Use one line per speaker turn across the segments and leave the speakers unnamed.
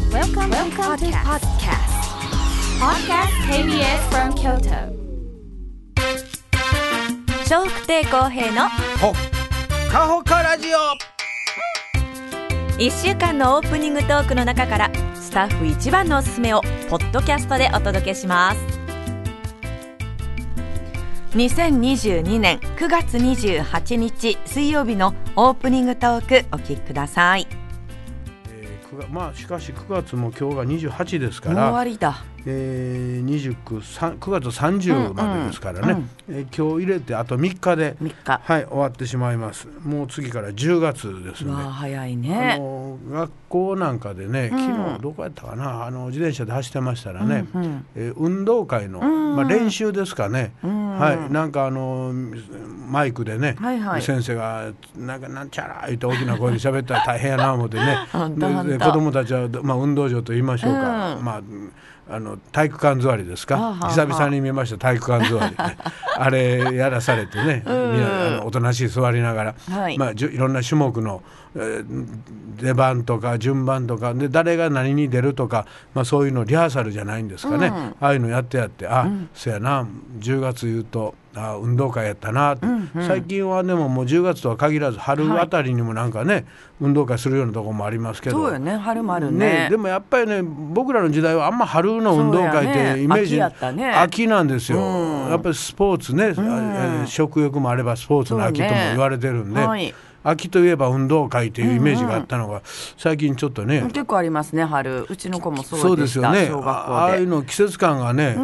Welcome to
Welcome, to podcast.
Podcast KBS from Kyoto.
笑福亭公平の
ほっかほかラジオ
1週間のオープニングトークの中からスタッフ一番のおすすめをポッドキャストでお届けします2022年9月28日水曜日のオープニングトークお聞きください
えー、くがまあしかし9月も今日が28ですか
もう終わ
ら、
りだ
えー、29さん9月30までですからね、えー今日入れてあと3日で
3日
はい終わってしまいますもう次から10月です
うわ
ね
あ早い
あ
ね
の学校なんかでね、昨日どこやったかなあの自転車で走ってましたらね、えー運動会の、まあ、練習ですかね、はい、なんかあのマイクでね、
はいはい
先生が「なんかなんちゃら」言って大きな声で喋ったら大変やな思ってね
ほんとほんと
でで子供たちは、まあ、運動場と言いましょうか、
う
まあ、あの体育館座りですか
はあはあ
久々に見ました体育館座り、 ね、あれやらされてね、みんなあのおとなしい座りながら、
はい
まあ、じゅいろんな種目の、えー出番とか順番とかで誰が何に出るとか、まあ、そういうのリハーサルじゃないんですかね、ああいうのやってやってあ、そやな10月言うとあ運動会やったなって、最近はでももう10月とは限らず春あたりにもなんかね、運動会するようなとこもありますけど。
そうよね春もある
ね
ね
でもやっぱりね僕らの時代はあんま春の運動会っ
そうや
て
ね
イメージ、
秋やったね
秋なんですよ、やっぱりスポーツね、あえ食欲もあればスポーツの秋と
そう
も
ね
言われてるんで、
はい
秋といえば運動会というイメージがあったのが、最近ちょっとね、
結構ありますね春うちの子も
そ
そううで
で
し
す
た
よね
小学校で
あああいうの季節感がね、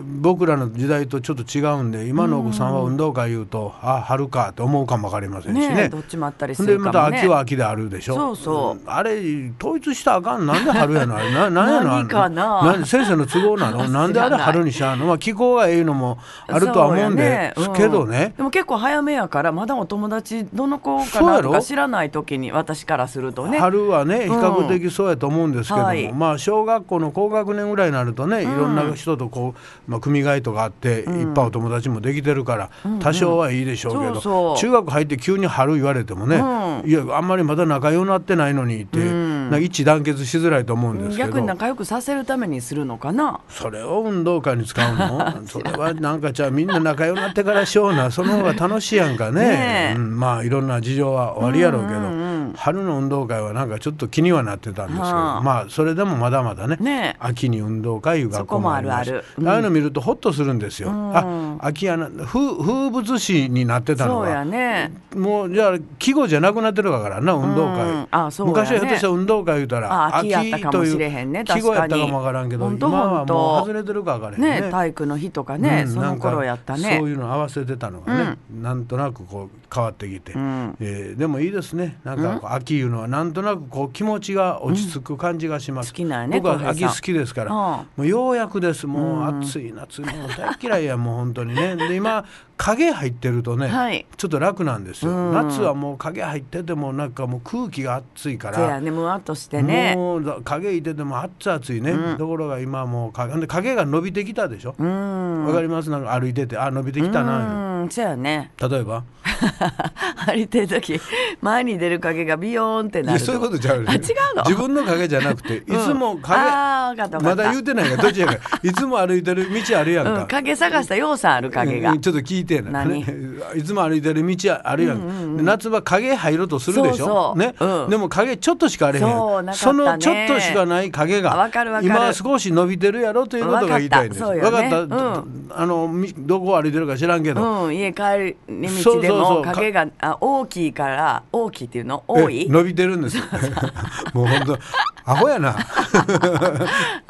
僕らの時代とちょっと違うんで今のお子さんは運動会言うと、あ春かと思うかも分かりませんし
ね
ね
どっちもあったりす
で
るかも
ま
ね
た秋は秋であるでしょ
そうそう
あれ統一したらあかんなんで春やのあれ ななんやの
何かな
あれん先生の都合な の
知らない
なんであれ春にしちゃうの、まあ、気候がええのもあるとは思うんで
そうや
すけどね
うん、でも結構早めやからまだお友達どの子か
そうや
な
ろ
とか知らない時に私からするとね
春はね比較的そうやと思うんですけども、
はい
まあ小学校の高学年ぐらいになるとね、いろんな人とこう、まあ、組替えとかあって、一般お友達もできてるから、多少はいいでしょうけど
そうそう
中学入って急に春言われてもね、いやあんまりまだ仲良くなってないのにって、なんか一致団結しづらいと思うんですけど
逆に仲良くさせるためにするのかな
それを運動会に使 うのそれはなんかじゃあみんな仲良くなってからしようなその方が楽しいやんかね
ねえ
うん、まあいろんな事情はおありやろうけど、春の運動会はなんかちょっと気にはなってたんですけど、
はあ
まあそれでもまだまだね
ねえ
秋に運動会いう学校もあります
そこもあるあるうん
ああいうの見るとホッとするんですよ、あ秋やな風風物詩になってたの
そう
が
やね
もうじゃあ季語じゃなくなってるからな運動会、
うんあそうやね
昔はひょっとしたら運動会言うたら
あ秋やったかもしれへんね
秋という季語やったかもわからんけど
確かに
今は
ほんと
も
ほ
う
と
ん外れてるか分からへんね
ね体育の日とかね、
うん
その頃やった
なんか
ね
そういうの合わせてたのがね、なんとなくこう変わってきて、えーでもいいですねなんかこう秋いうのはなんとなくこう気持ちが落ち着く感じがします、
うん好きなんやね
僕
小
は
平
秋
さん
好きですから、
うん
もうようやくですもう暑い夏もう大嫌いやもう本当にねで今影入ってるとね、
はい
ちょっと楽なんですよ、夏はもう影入っててもなんかもう空気が暑いか
そう
ら
やねむわっとしてね
もうだ影いてても熱々いね、ところが今もう影で影が伸びてきたでしょわかりますなんか歩いててあ伸びてきた
う
な、
んそうやね
例えば
歩いてる時前に出る影がビヨーンって
い
な
や
る
そういうことちゃうよ
あ違うの
自分の影じゃなくていつも影、
あーわかったわか
ま
った
だ言うてないからどっちやからいつも歩いてる道あるやんか、
うん、影探したようさんある影が
うんちょっと聞いてな
何
いつも歩いてる道あるやん,、夏場影入ろうとするでし
そ
ょ
うそう
ね
うん
でも影ちょっとしかあれへんやん
そうなかったね
そのちょっとしかない影
あ
が
わかるわかる
今は少し伸びてるやろということが言いたいんです
わかったそうよね
わかったあのみどこを歩いてるか知らんけど、
うん、家帰り
そ
道
う
で
そうそ
も
うか
影があ大きいから大きいっていうの
え
多い、
伸びてるんですよ もう本当アホ やな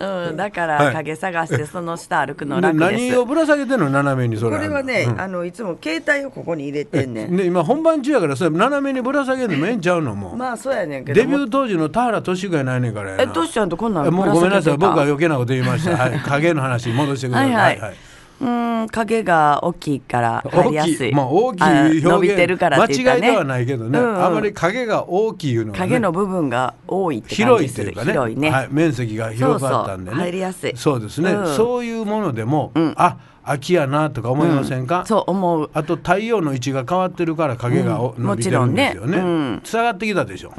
うん、だか
は
ら
い
影探してその下歩くの
な
楽で
何
す
を。ぶら下げてんの斜めにそれ
これはね、
うん
あのいつも携帯をここに入れてんねん。
ね今本番中やからそれ斜めにぶら下げんのもええんちゃうのもう、
まあそうやねんけど。
デビュー当時の田原俊がやないねんからやな
え、トシちゃんとこんな
え
の
もうごめんなさい僕
ぶら
は
下げて
余計なこと言いました、 はい、影の話に戻してください
はいはいた。うん、影が大きいから入りや
大
す
きい
い。
まあ大きい表現
あ伸びてるからって言った
間違い
ね。
ではないけどね、
うんうん
あまり影が大きいいうのは、ね、
影の部分が多いって感
広
じ
いと
す
い
る。
うかね
広いね。
はい、面積が広かったんでね
そうそう入りやすい
そうですね、
うん
そういうものでも、あ秋やなとか思いませんか、
そう思う。
あと太陽の位置が変わってるから影がお
うん
伸びてるんですよね,、
もちろんねうん
下がってきたでしょ、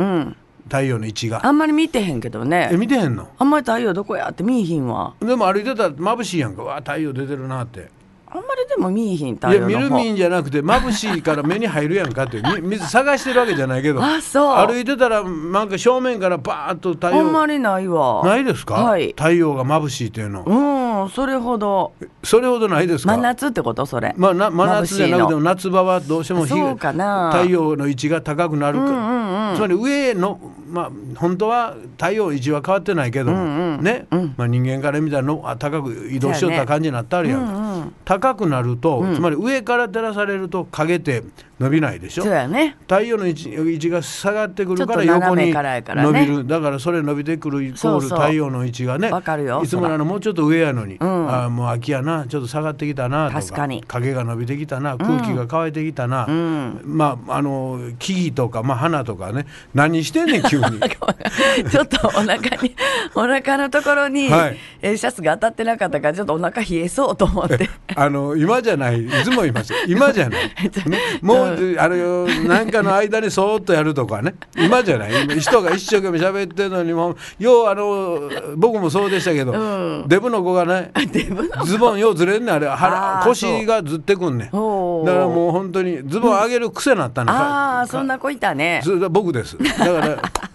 太陽の位置が
あんまり見てへんけど
え
ね
見てへんの
あんまり太陽どこやって見えひんわ
でも歩いてたら眩しいやんかわあ太陽出てるなって
あんまりでも見えひん
い
太
や
陽
見る
の
見ん
方
じゃなくて眩しいから目に入るやんかってみ 水探してるわけじゃないけど
あそう
歩いてたらなんか正面からバーッと太
あんま
陽
りないわ
ないですか、
はい
太陽が眩しいっていうの、
うんそれほど
それほどないですか
真夏ってことそれ
まあ、な真夏じゃなくて
眩しい
も夏場はどうしてもが
そうかな
太陽の位置が高くなるか、つまり上の、まあ、本当は太陽の位置は変わってないけども、ねまあ、人間から見たらのあ高く移動しよった感じになったあるやんか、高くなると、つまり上から照らされると陰て伸びないでしょ
そうやね
太陽の位置位置が下がってくるから
ちょっと
横
斜
に
めからやからね
伸びる、だからそれ伸びてくるイコ
そ
ー
う
ル
そう
太陽の位置がね
わかるよ
いつもならもうちょっと上やのに、あーもう秋やなちょっと下がってきたなとか
確かに
影が伸びてきたな空気が乾いてきたな、まああの木々とか、まあ、花とかね何してんねん急 に
ちょっとお腹にお腹のところに、
はい
えーシャツが当たってなかったからちょっとお腹冷えそうと思って
あの今じゃないいつも言いますよ今じゃない、 ね、もうあのなんかの間にそーっとやるとかね今じゃない人が一生懸命喋ってるのにもようあの僕もそうでしたけど、 デブの子がねズボンようずれんねんあれ腹
あー
腰がずってくんねんだから
おー
もう本当にズボン上げる癖になったの、
ああ
か
そんな子いたね
ず僕ですだか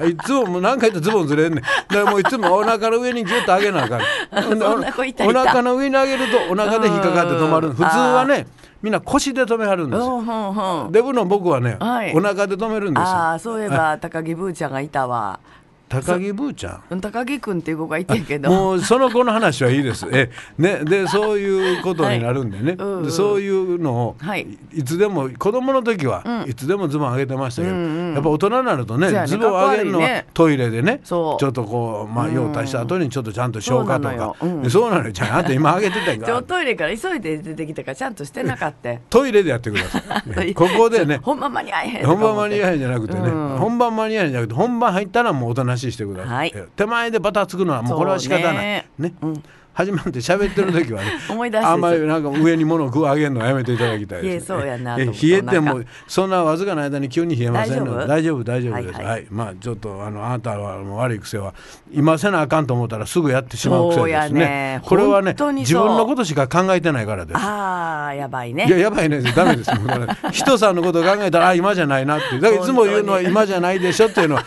ら いつももう何回言ってズボンずれんねんだからもういつもお腹の上にギュッと上げなあかんほんで
そんな子いたい
お
た
腹の上に上げるとお腹で引っかかって止まる
うん
普通はねみんな腰で止めはるんです
うん
よ
うんうん
デブの僕はね、
はい
お腹で止めるんです
あ
よ
あそういえば高木ブーちゃんがいたわ
高木ブーちゃん
うん高木くんっていう子がいたけ ど
もうその子の話はいいです。えね、でそういうことになるんでね、
はいうんうん
でそういうのを、
はい
い、つでも子供の時は、いつでもズボン上げてましたけど、やっぱ大人になるとね
そうやね
ズボン上げるのは、
かっこ悪いね
トイレでねちょ
そ
っ
う
とこう、まあ、用足した後にちょっとちゃんと消化と
そうなの
か
ようん
でそうなのよじゃああんた今上げてたん
ちょ
か
トイレから急いで出てきたからちゃんとしてな かった
トイレでやってくだ さいここでね
本番間に合えへんとか思っ
本
て
番間に合いじゃなくてね、
うん
本番間に合いじゃなくて本番入ったらもうおとなしいしてください、
はい
え手前でバタつくのはもうこれは仕方ない
そう
ね
ね
始まって喋ってる時はね
思い出す
あんまりなんか上に物を具をあげるのはやめていただきた いです、ね、
冷えそうやなと
え
思って
冷えて
お
も
腹
そんなわずかな間に急に冷えませんので大
大
丈夫大丈夫ですは、
はいいはい
まあちょっとあのあなたはもう悪い癖は今せなあかんと思ったらすぐやってしまう癖
そう
で
や
すね
ね
これはね
本当に
自
そう
分のことしか考えてないからです
ああやばい
いや
ね
やばいねダメですもうだから人さんのことを考えたらあ今じゃないなってだからいつも言うのは
本当に
今じゃないでしょっていうのは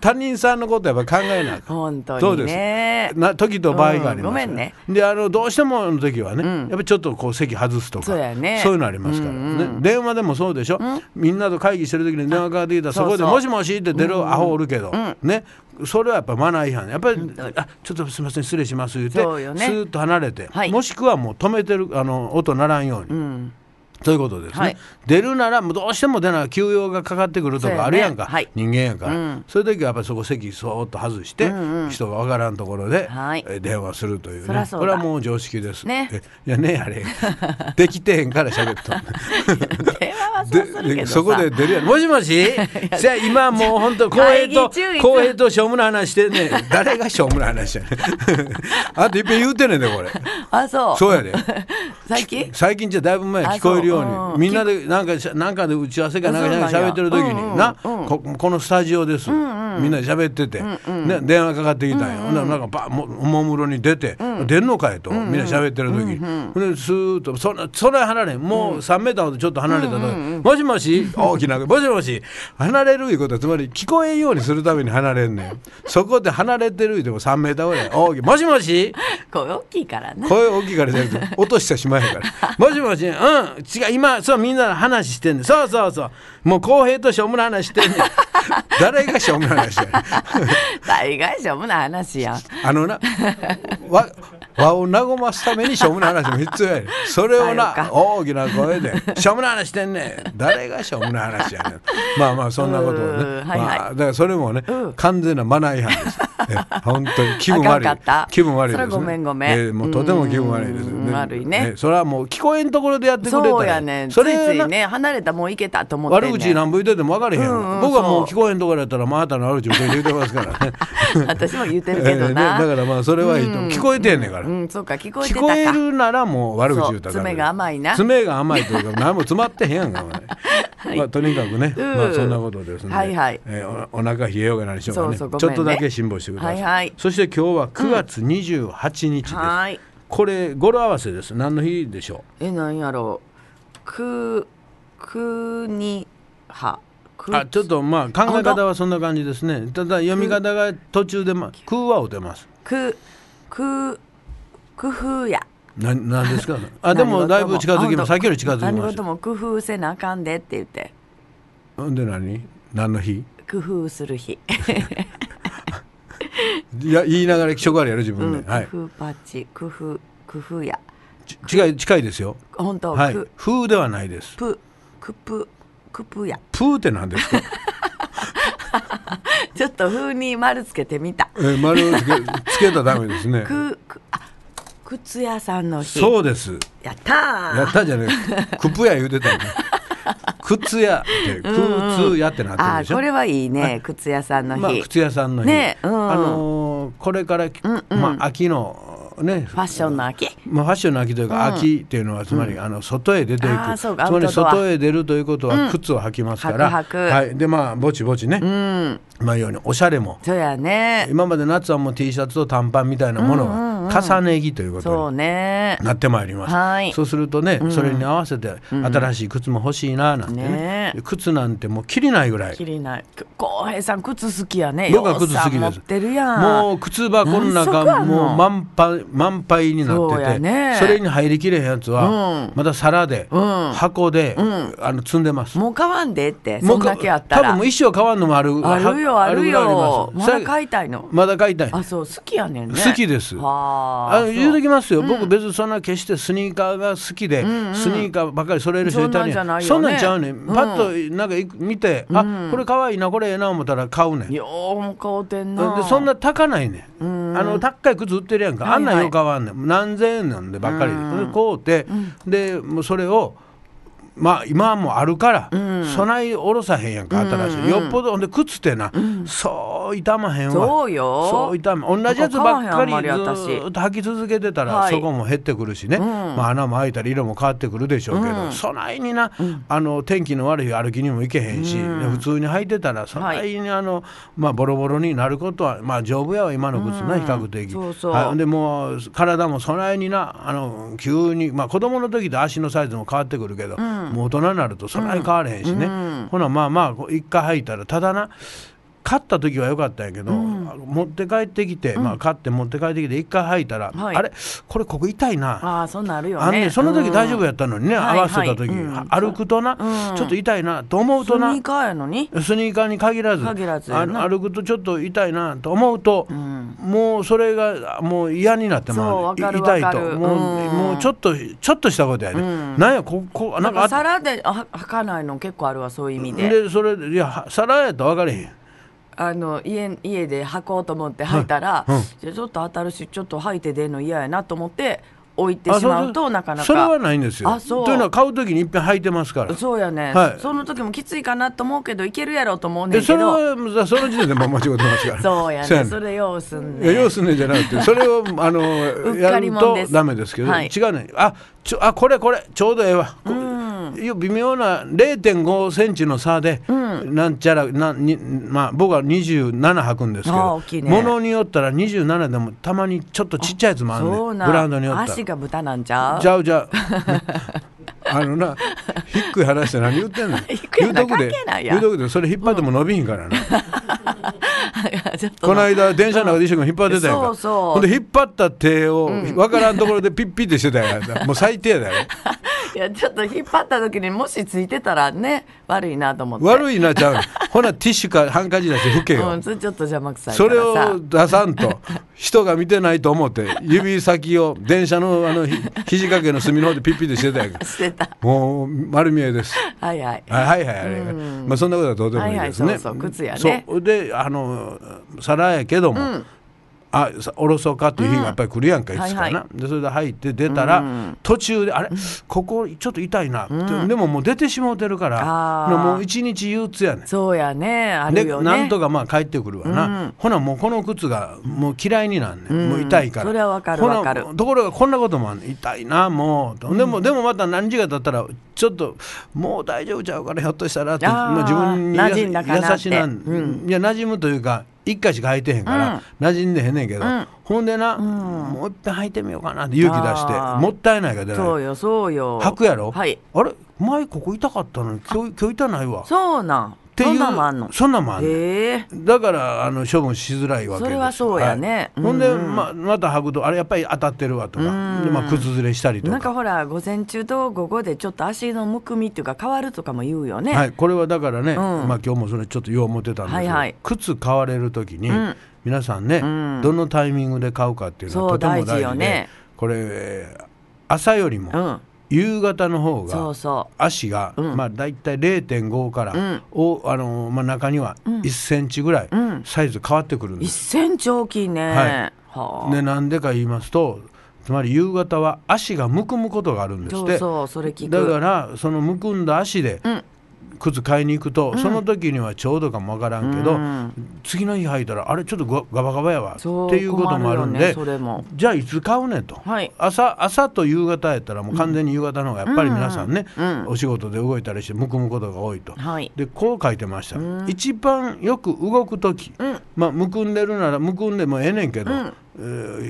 他人さんのことやっぱり考えなあかん
本当
そう
にね
ですな時と場合があります、
うんごめんね
であのどうしてもの時はね、やっぱりちょっとこう席外すとか
そうやね
そういうのありますからね、電話でもそうでしょ、みんなと会議してる時に電話かかってきたらそ
そう
こ
そ
で
う
「もしもし」って出るアホおるけど、ねそれはやっぱマナー違反やっぱり「あちょっとすみません失礼します」言って
そうよね
スーッと離れて、
はい
もしくはもう止めてるあの音ならんように。ということですね、
はい
出るならもうどうしても出ない休養がかかってくるとかあるやんか
そうやねはい
人間やから、そういう時はやっぱりそこ席そーっと外して、人がわからんところで、
はい
え電話するという,、
そ
ね
らそう
こ
だ
れはもう常識です。
ね
えいやねあ れできてへんから喋っとんねん
電話はそうするけ
で
どさ
そこで出るやんもしも しじゃあ今もう本当光栄と
会議中いつ
光栄としょうもない話してんねん誰がしょうもない話やねん あといっぺん言うてんねんでこれ
あそう
そうやで
最近
最近じゃだいぶ前
あ
聞こえるように
そううん
みんなでなんかしゃなんかで打ち合わせかなんか
そうなんや
喋ってる時に、
うんうん
な、ここのスタジオです、みんなで喋ってて、ね、電話かかってきたんや、ほんならなんかばもおもむろに出て、出んのかいと、みんな喋ってる時に、ほんでスーッとそんなそれ離れんもう3メーターほどちょっと離れたと、もしもし大きな声もしもし離れるいうことはつまり聞こえんようにするために離れんねんそこで離れてるいうても3メーターぐらい大きいもしもし
声大きいから な
声大きいからじゃなくて落としたしまいから「もしもしうん違う今そうみんなの話してんねんそうそうそうもう公平としょうもない話してんねん誰がしょうもない話やねん
大概しょうもない話やん
あのなわ和を和ますためにしょうもない話も必要やねんそれを
さよ
な
うか
大きな声で「しょうもない話してんねん誰がしょうもない話やねん」まあまあそんなことをね
うーはいはい
まあ、だからそれもね完全なマナー違反ですえ本当に気分悪い
あかんかった
気分悪いです、ね、
それはごめんごめん
えもうとても気分悪いです、
うん悪いね
えそれはもう聞こえんところでやってくれたら
そうやねんつい
それ
つい
な
ね離れたもう行けたと思って、ね、
悪口なんぼ言ってても分かれへんやろ、
うんうん
僕はもう
そう
聞こえんところやったらまああなたの悪口を言うてますからね
私も言ってるけ ど
ええね
な、
だからまあそれはいいと、聞こえてんねんから、
うんそうか聞こえて
聞
た
こ
か
えるならもう悪口言うたら
そ
あ
う
かんね
爪が甘いな
爪が甘いというか何も詰まってへんやんかお前まあ、とにかくね、
うん
まあ、そんなことですね、
はいはい
えーおお腹冷えようが何しようがね
そうそうごめんね
ちょっとだけ辛抱してください、
はいはい
そして今日は9月28日です、
はーい
これ語呂合わせです何の日でしょ
えなんやろうくくには
う
く
あちょっとまあ考え方はそんな感じですねただ読み方が途中で、まあ、空は打てます
くく工夫や
ななんですかあでもだいぶ近づきま
ま
したさっきより近づき
何
まし
事も工夫せなあかんでって言って
たんで何何の日
工夫する日、
いや言いながら気色悪いやろ自分で、
うん
はい
工夫パッチ工夫工夫や
ち近い近いですよ
本当、
はい
く。
風ではないです。
ぷくぷくぷや
プーってなんですか。
ちょっと風に丸つけてみた
えー丸をつけつけたらダメですね。
くくあ靴屋さんの日
そうです。
やったー
やったじゃない。クプや言うて たよね。靴屋って靴屋ってなってる
あ
でし
ー
ょ。
これはいいね靴屋さんの日、
まあ靴屋さんの日。
ねえうん
あのーこれからき、まあ秋のね。
ファッションの秋
まあ、ファッションの秋というか、秋っていうのはつまり、あの外へ出てい
あ
く
ー
つ
そうか
まり
アウトドア
外へ出るということは靴を履きますから、
履く履く
はい、でまあぼちぼちね、まあようにおしゃれも
そうやね
今まで夏はもう T シャツと短パンみたいなものが重ね着ということ
そう
に
ね
なってまいります、
はい
そうするとね、それに合わせて新しい靴も欲しいななんてね
ねえ
靴なんてもうきりないぐらい
きりない浩平さん靴好きやね
僕は靴好き
ようさん持
で
っ
す
てるやん
もう靴箱の
何足あ
中
んの
もう満杯満杯にな
そう
ってて
や
そ,、
ね
れに入りきれへんやつは、また皿で、箱で、あの積んでます
もう買わんでってそんだけあった
多
ら
分もう一生買わんのもある
あるよ
は
ある
ぐらい
よ
り
ますだ買いたいの
まだ買いたい
あそう好きやねんね
好きです
は
あ
あ
言うと
き
きますよ、僕別にそんな決してスニーカーが好きで、スニーカーばっかり揃える人いたり
そんなんじゃないよね
そんなんちゃうねんパッとなんかいく見て、あこれ可愛いなこれええな思ったら買うねんで
ようも買うてんな
そんな高ないねん、あの高い靴売ってるやんか、
はいはい
あんなんよく買わんねん何千円なんでばっかりで、これ買うて、でもうそれをまあ今はもうあるから、備えおろさへんやんか新しい、よっぽどほんで靴ってな、そう傷まへんわ
そうよ
そう痛み同じやつばっかりず
なんか買わへんあんまり私
ーっと履き続けてたら、
はい
そこも減ってくるしね、まあ、穴も開いたり色も変わってくるでしょうけど、そないにな、あの天気の悪い日歩きにも行けへんし、で普通に履いてたらそないにあの、まあ、ボロボロになることは、まあ、丈夫やわ今の靴な、比較的。
そうそう
はいでもう体もそないになあの急に、まあ、子供の時で足のサイズも変わってくるけど、もう大人になるとそない変われへんしね、ほなまあまあこう一回履いたらただな買った時は良かったんやけど、あの持って帰ってきて、まあ、買って持って帰ってきて一回履いたら、
はい
あれこれここ痛いな。
ああそうなるよね
あのね、その時大丈夫
や
やったのにね、
ん
合わせた時、
はいはいうん
歩くとな、ちょっと痛いなと思う
ス
と
ニ
な
ーカーやのに
スニーカーに限らず
限らず
あ
やな
の歩くとちょっと痛いなと思うと、もうそれがもう嫌になって
そう
ま
わ
うね
か
い
る
痛い
わ
と
かる
もう,、
うん
もうちょっとちょっとしたことやね、なんやここな
なんん
かあ
か
っ
皿でははかないの結構あるわそういう意味で
でそれでいや皿やったら分かれへん
あの家家で履こうと思って履いたら、じゃあちょっと当たるしちょっと履いて出るの嫌やなと思って置いて
あ
しま
そう
となかなか
それはないんですよ
あそう
というのは買う時にいっぺん履いてますから
そうやね、
はい
その時もきついかなと思うけどいけるやろうと思うね
で
んけ
それ
ど
はその時点でもう間違ってますから
そうやね
そ
そう
やね
れようすん
いや
ね
要するにじゃなくてそれをあの
うっ
や
かり
る
もん
と
です
ダメですけど、
はい
違うねあちょあこれこれちょうどええわ、こいや微妙な0.5センチの差で、なんちゃらなんにまあ僕は27履くんですけ
あー
ど
大きいね
ものによったら27でもたまにちょっとちっちゃいやつもあるね
そうなん
ブランドによったら
足が豚なんちゃう
ちゃうちゃうあ のなひっくい話して何言ってんの
ひっくい
言
話
うとくで
関係ないや
言うとくでそれ引っ張っても伸びひんからな、
ちょっ と
この間電車の中で一生懸命引っ張ってたやんか、
そうそう
ほんで引っ張った手を分からんところでピッピッてしてたやんか、もう最低だよ
いやちょっと引っ張った時にもしついてたらね悪いなと思って
悪
い
いなちゃうほなティッシュかハンカチだし拭け
う
よ
ん、それちょっと邪魔くさいか
それ
らさ
を出さんと人が見てないと思って指先を電車のあのひ肘掛けの隅の方でピッピッとしてたや んか
してた
もう丸見えです
はいはい
あはいはいあれ、まあそんなことはどうでもいいですね。
はいはいそうそう靴やね
そうであの皿やけども、あさおろそうかという日がやっぱり来るやんか、いつかな、
はいは
でそれで入って出たら、途中であれここちょっと痛いな、でももう出てしもうてるから
あー
もう一日憂鬱やねん。
そうやねある
で
よね
なんとかまあ帰ってくるわな、ほなもうこの靴がもう嫌いになんね、ん、もう痛いから
それはわかる
ほな
わかる
ところがこんなこともあんねん痛いなもうとでも、でもまた何時間経ったらちょっともう大丈夫ちゃうからひょっとしたらって
あー
まあ、自分にや
馴染んだかなって
優しなん、いや馴染むというか一回しか履いてへんから、馴染んでへんねんけど、ほんでな、もう一遍履いてみようかなって勇気出して
あー
もったいないから出ない
そうよそうよ
履くやろ、
はい
あれ前ここ痛かったのに今日今日痛ないわ
そうなん
っていう
そんなんもあんの
そんなんもあんねん
へえ
だからあの処分しづらいわけです
それはそうやね
はい
うん
ほ
うんん
でままた履くとあれやっぱり当たってるわとかで、まあ、靴ずれしたりと
なん
か
かほら午前中と午後でちょっと足のむくみっていうか変わるとかも言うよね、
はい、これはだからね、
ん
まあ、今日もそれちょっとよう思ってたんですけど、
はいはい
靴買われる時に、皆さんね、どのタイミングで買うかっていうのはと
そう
ても大事
大
で
事よね
これえー朝より
う
も
ん
夕方の方が、
そうそう
足が、まあだいたい0.5からを、あのまあ中には1センチぐらいサイズ変わってくるんです
1センチ大きいね、
はい
はあ
ね、なんでか言いますとつまり夕方は足がむくむことがあるんですっ
そ
て
うそうそれ聞く
だからそのむくんだ足で靴買いに行くと、その時にはちょうどかもわからんけど、次の日履いたらあれちょっとガガバガバやわって
そう
いうこともあるんで、
困るよねそれも
じゃあいつ買うねんと、
はい
朝朝と夕方やったらもう完全に夕方の方がやっぱり皆さんね、お仕事で動いたりしてむくむことが多いと。
はい
でこう書いてました、一番よく動く時、まあむくんでるならむくんでもええねんけど、えー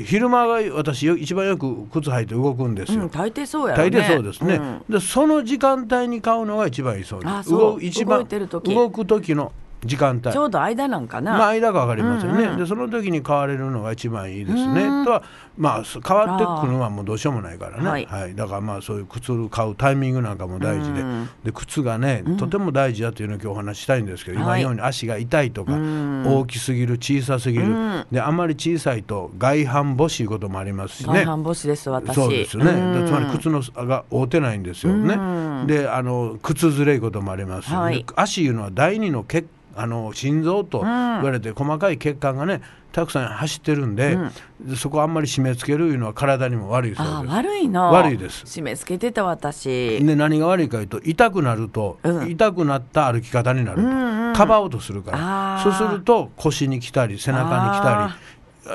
昼間が私よ一番よく靴履いて動くんです
う
よ、
ん大抵そうやろね
大抵そうですね、
ん
でその時間帯に買うのが一番いいそうです
あそう
動一番
動いてる時
動く時の時間帯
ちょうど間なんかな、
まあ間が分かりますよね、でその時に買われるのが一番いいですね、とはまあす変わってくるのはもうどうしようもないからね、
あー
は
はいい
だからまあそういう靴を買うタイミングなんかも大事で,、で靴がねとても大事だというのを今日お話ししたいんですけど、
はい
今のように足が痛いとか、大きすぎる小さすぎる、であまり小さいと外反母趾いうこともありますしね。
外反母趾です私
そうですよね、でつまり靴のが合うてないんですよね、であの靴ずれいうこともありますよね、
はい
足いうのは第二の血あの心臓と言われて細かい血管がねたくさん走ってるんで、でそこあんまり締め付けるいうのは体にも悪いそう
あ
で
ー
す。
悪いな
悪いです
締め付けてた私、
で何が悪いかというと痛くなると、
うん
痛くなった歩き方になると、かばおうとするから
あー
そうすると腰に来たり背中に来たり。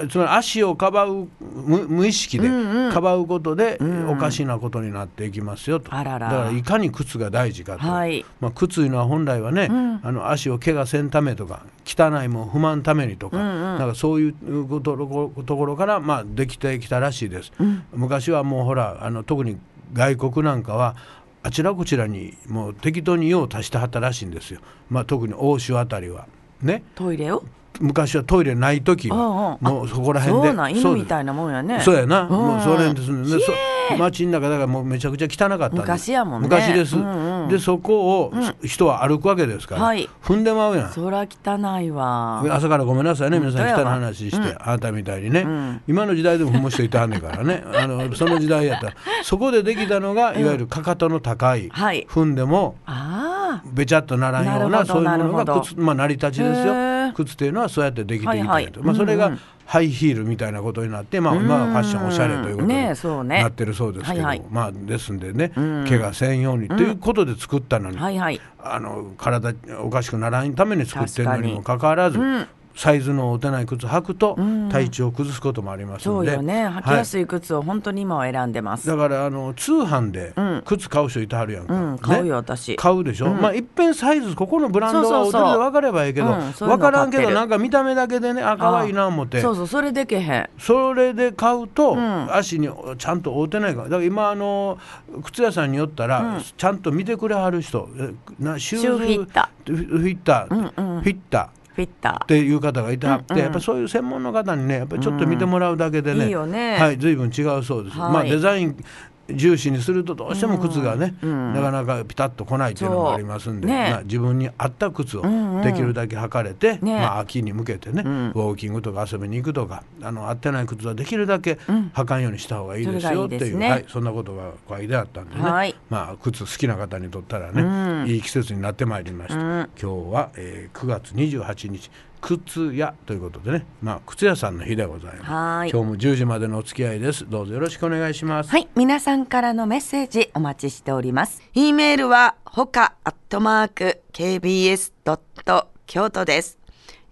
つまり足をかばう無無意識でかばうことでおかしなことになっていきますよと、
あら
だ
ら
からいかに靴が大事かと、
はい
まあ、靴いうのは本来はね、あの足を怪我せんためとか汚いもん不満ためにとか,、なんかそういうことところから、まあ、できてきたらしいです、昔はもうほらあの特に外国なんかはあちらこちらにもう適当に用を足してはったらしいんですよ、まあ、特に欧州あたりはね
トイレを
昔はトイレない時は
うんうんあ
もうそこら辺で
そうなん
そう
犬
で
み
す
たいなもんやね
そうやな、もうそれ
ん
ですね。そ街の中だからもうめちゃくちゃ汚かったんです
昔やもんね
昔です。
うんうん
でそこを人は歩くわけですから、
はい
踏んでまうやん。
そら汚いわ
朝からごめんなさいね皆さん
本当
汚い
やわ
話して、あなたみたいにね、今の時代でももう人いたはんねんからねあのその時代やったらそこでできたのがいわゆるかかとの高い、
はい
踏んでも
あ
べちゃっとならんような
なるほど
そういうもの
なる
が
ほど
靴、まあ、成り立ちです
へ
よ
ー
靴っていうのはそうやってできていたりと、
はいはい
まあ、それ
うんう
が
ん
ハイヒールみたいなことになって、まあ、今はファッションおしゃれということに
ねえそうね
なってるそうですけど、
はいはい
まあ、ですんでね怪我せんようにということで作ったのに、
あはいはい
あの体おかしくならんために作ってるのにもかかわらず、
確かにうん
サイズの合うてない靴履くと体調を崩すこともあります
そ
の
う
で。
よね履き
は
や
い
すい靴を本当に今は選んでます、
だからあの通販で靴買う人いてはるやんか、
うん買うよ
ね
私
買うでしょ、まあいっぺんサイズここのブランドがお
そ
手
うそう
で
そう
分かればいいけど、
うん
分
そういうの
からんけ
買っ
ど
てる
なんか見た目だけでねあ可愛いな思って
そ
そ
うそうそれでけへん
れで買うと、足にちゃんと合うてないからだから今あの靴屋さんによったら、ちゃんと見てくれはる人えなシュ
シューフィッタ
フィッターフィッター
フィッタ
っていう方がいてはって、やっぱそういう専門の方にねやっぱりちょっと見てもらうだけでね,、
うんいいよね
はい随分違うそうです、
はい
まあデザイン重視にするとどうしても靴がね、なかなかピタッと来ないっていうのもありますんで、
そうね
まあ自分に合った靴をできるだけ履かれて、
ね
まあ、秋に向けてね、ウォーキングとか遊びに行くとかあの合ってない靴はできるだけ履かんようにした方がいいですよってい
それがいい
う
ですね
はい、そんなことが書いてあったんでね、
はい
まあ、靴好きな方にとったらね、いい季節になってまいりました、今日は、えー9月28日靴屋ということでね、まあ、靴屋さんの日でございます
はい
今日も10時までのお付き合いですどうぞよろしくお願いします、
はい、皆さんからのメッセージお待ちしております。e メールはほかアットマーク kbs ドット京都です。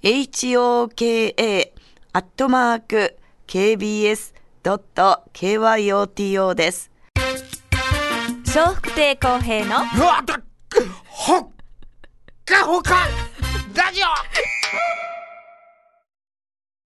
h o k a アットマーク kbs ドット k y o t o です。
笑福亭公平の
うわだほっかほかラジオ